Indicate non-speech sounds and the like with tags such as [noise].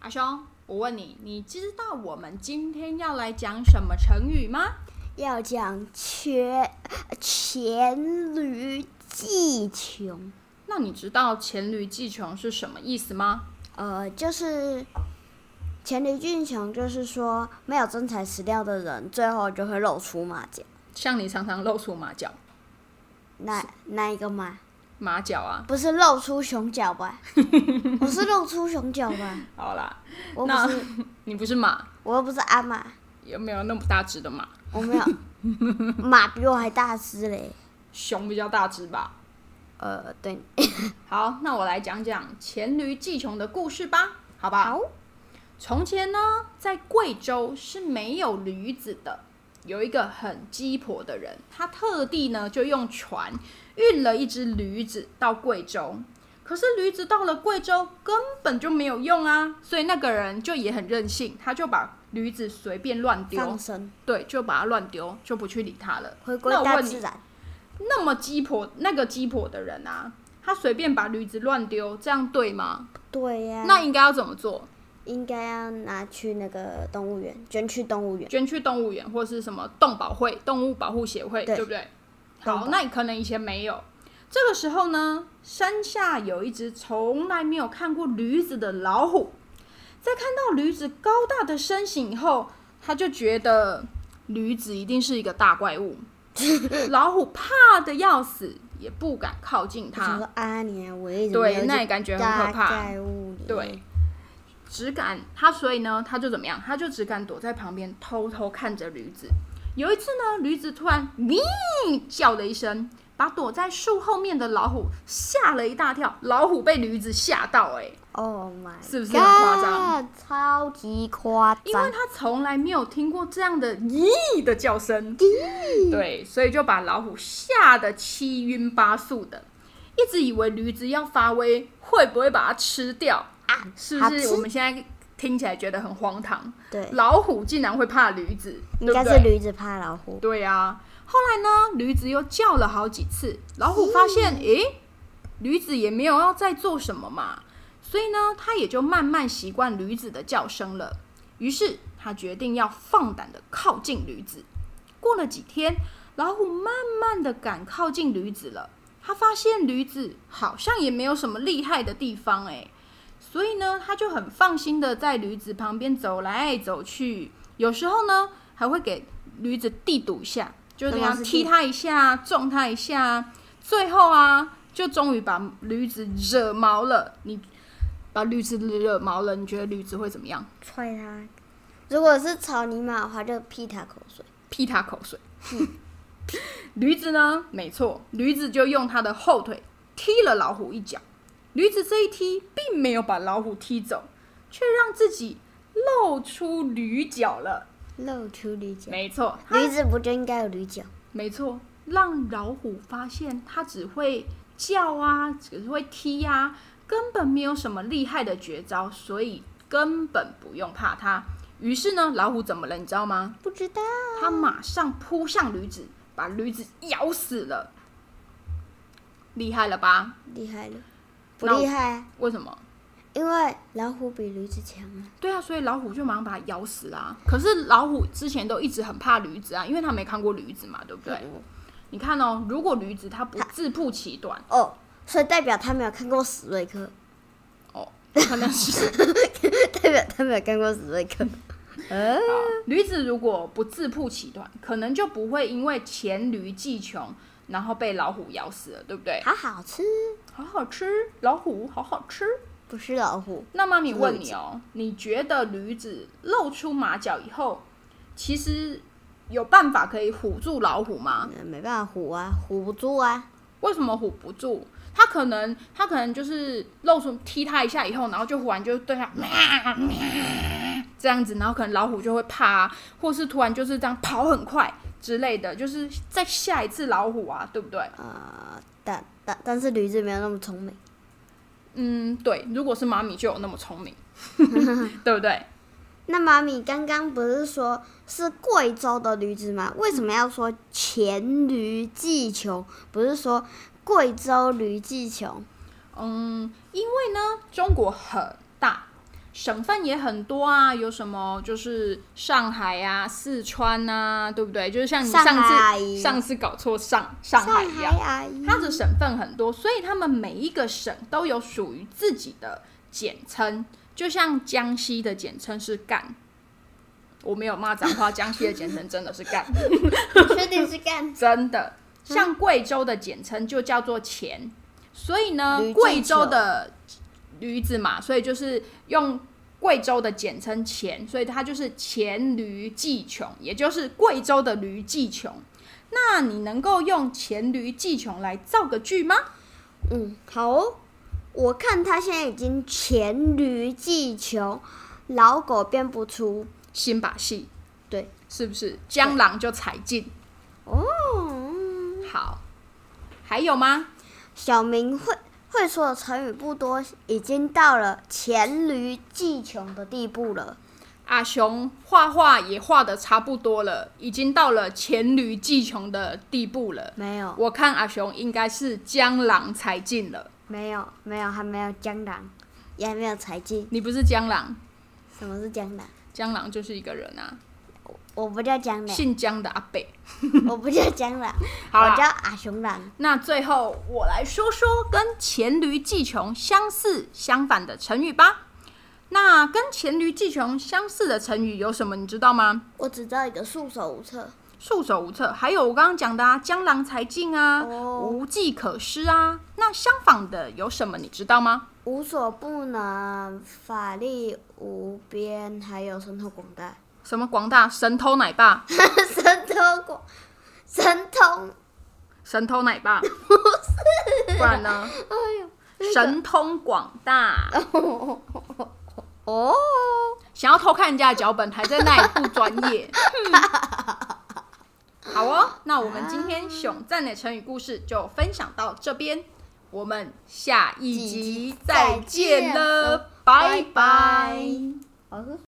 阿兄，我问你，你知道我们今天要来讲什么成语吗？要讲黔黔驴技穷，那你知道“黔驴技穷”是什么意思吗？呃，就是黔驴技穷，就是说没有真材实料的人，最后就会露出马脚。像你常常露出马脚，哪哪一个马？马脚啊。不是露出熊 [laughs] 脚吧？我是露出熊脚吧？好啦，我不那是，你不是马，我又不是阿马，有没有那么大只的马？我没有马比我还大只嘞。熊比较大只吧。呃，对，好，那我来讲讲黔驴技穷的故事吧，好不好？从前呢，在贵州是没有驴子的。有一个很鸡婆的人，他特地呢就用船运了一只驴子到贵州。可是驴子到了贵州根本就没有用啊，所以那个人就也很任性，他就把驴子随便乱丢放，生，对，就把它乱丢，就不去理它了。回归那我大问你自然。那么鸡婆那个鸡婆的人啊，他随便把驴子乱丢，这样对吗？对呀、那应该要怎么做？应该要拿去那个动物园，捐去动物园。捐去动物园或是什么动保会、动物保护协会，对对不对？动好，保那你可能以前没有。这个时候呢，山下有一只从来没有看过驴子的老虎，在看到驴子高大的身形以后，他就觉得驴子一定是一个大怪 [laughs] 物，老虎怕的要死，也不敢靠近我想它。说啊，你啊我一直对，那也感觉很可怕。在物里。对，只敢他，所以呢，他就怎么样？他就只敢躲在旁边偷偷看着驴子。有一次呢，驴子突然咪叫了一声，把躲在树后面的老虎吓了一大跳。老虎被驴子吓到、欸， ，Oh my，是不是很夸张 God，超级夸因为张。他从来没有听过这样的“咦”的叫声，对，所以就把老虎吓得七晕八素的，一直以为驴子要发威，会不会把它吃掉？啊是好不是？吃我们现在听起来觉得很荒唐，对，老虎竟然会怕驴子，应对该不是对？驴子怕老虎。对啊。后来呢，驴子又叫了好几次，老虎发现，嗯诶、驴子也没有要再做什么嘛，所以呢，它也就慢慢习惯驴子的叫声了。于是，它决定要放胆的靠近驴子。过了几天，老虎慢慢的敢靠近驴子了。它发现驴子好像也没有什么厉害的地方、诶。所以呢，他就很放心的在驴子旁边走来走去，有时候呢还会给驴子地赌一下，就是这什样么是踢地它一下，撞它一下，最后啊，就终于把驴子惹毛了。你把驴子惹毛了，你觉得驴子会怎么样？踹它。如果是草泥马的话，就劈它口水。劈它口水。 [laughs] 驴子呢？没错，驴子就用它的后腿踢了老虎一脚。驴子这一踢并没有把老虎踢走，却让自己露出驴脚了。露出驴角，没错，它驴子不就应该有驴角？没错，让老虎发现它只会叫啊，只会踢啊，根本没有什么厉害的绝招，所以根本不用怕它。于是呢，老虎怎么了？你知道吗？不知道。他马上扑向驴子，把驴子咬死了。厉害了吧？厉害了，不那我厉害啊，为什么？因为老虎比驴子强啊。对啊，所以老虎就马上把它咬死啦、可是老虎之前都一直很怕驴子啊，因为它没看过驴子嘛，对不对？你看哦，如果驴子它不自曝其短，哦，所以代表他没有看过史瑞克，哦，可能是代表 [laughs] 他没有看过史瑞克。呃，啊驴子如果不自曝其短，可能就不会因为黔驴技穷，然后被老虎咬死了，对不对？好好吃，好好吃，老虎好好吃。不是老虎，那妈咪问你哦，你觉得驴子露出马脚以后，其实有办法可以唬住老虎吗？呃没办法唬啊，唬不住啊。为什么唬不住？它可能它可能就是露出踢它一下以后，然后就忽然就对它喵喵这样子，然后可能老虎就会怕、啊，或是突然就是这样跑很快之类的，就是再吓一次老虎啊，对不对？呃，但但但是驴子没有那么聪明，嗯，对，如果是妈咪就有那么聪明， [laughs] 对不对？那妈咪刚刚不是说是贵州的驴子吗？为什么要说黔驴技穷？不是说贵州驴技穷？嗯，因为呢，中国很大，省份也很多啊，有什么就是上海啊、四川啊，对不对？就是像你上海啊上阿次姨上次搞错上上海一样，阿姨，它的省份很多，所以他们每一个省都有属于自己的简称，就像江西的简称是赣。我没有骂脏话，江西的简称真的是赣。确定是 [laughs] 干真的，嗯像贵州的简称就叫做钱，所以呢驴，贵子酒州的驴子嘛，所以就是用贵州的简称钱，所以它就是黔驴技穷，也就是贵州的驴技穷。那你能够用黔驴技穷来造个句吗？嗯，好哦、我看他现在已经黔驴技穷，老狗变不出。新把戏，对，是不是？江郎就踩尽。哦，好，还有吗？小明会会说的成语不多，已经到了黔驴技穷的地步了。阿雄画画也画的差不多了，已经到了黔驴技穷的地步了。没有，我看阿雄应该是江郎才尽了。没有，没有，还没有江郎，也还没有才尽。你不是江郎，什么是 [laughs] 江郎？江郎就是一个人啊，我不叫江郎，姓江的阿北。我不叫江 [laughs] 郎，好啦我叫阿雄郎。那最后我来说说跟“黔驴技穷”相似相反的成语吧。那跟“黔驴技穷”相似的成语有什么？你知道吗？我只知道一个束手无策。束手无策，还有我刚刚讲的啊，江郎才尽啊，哦无计可施啊。那相反的有什么？你知道吗？无所不能，法力无边，还有神通广大， [laughs] 什么广大神偷奶爸，神通广，神通，神偷奶 [laughs] 爸，不是，不然呢？神通广大，哦，想要偷看人家的脚本，还在那里不专 [laughs] 业。哼好哦，那我们今天熊赞的成语故事就分享到这边，我们下一几集集再再见见了，了拜拜拜好喝水。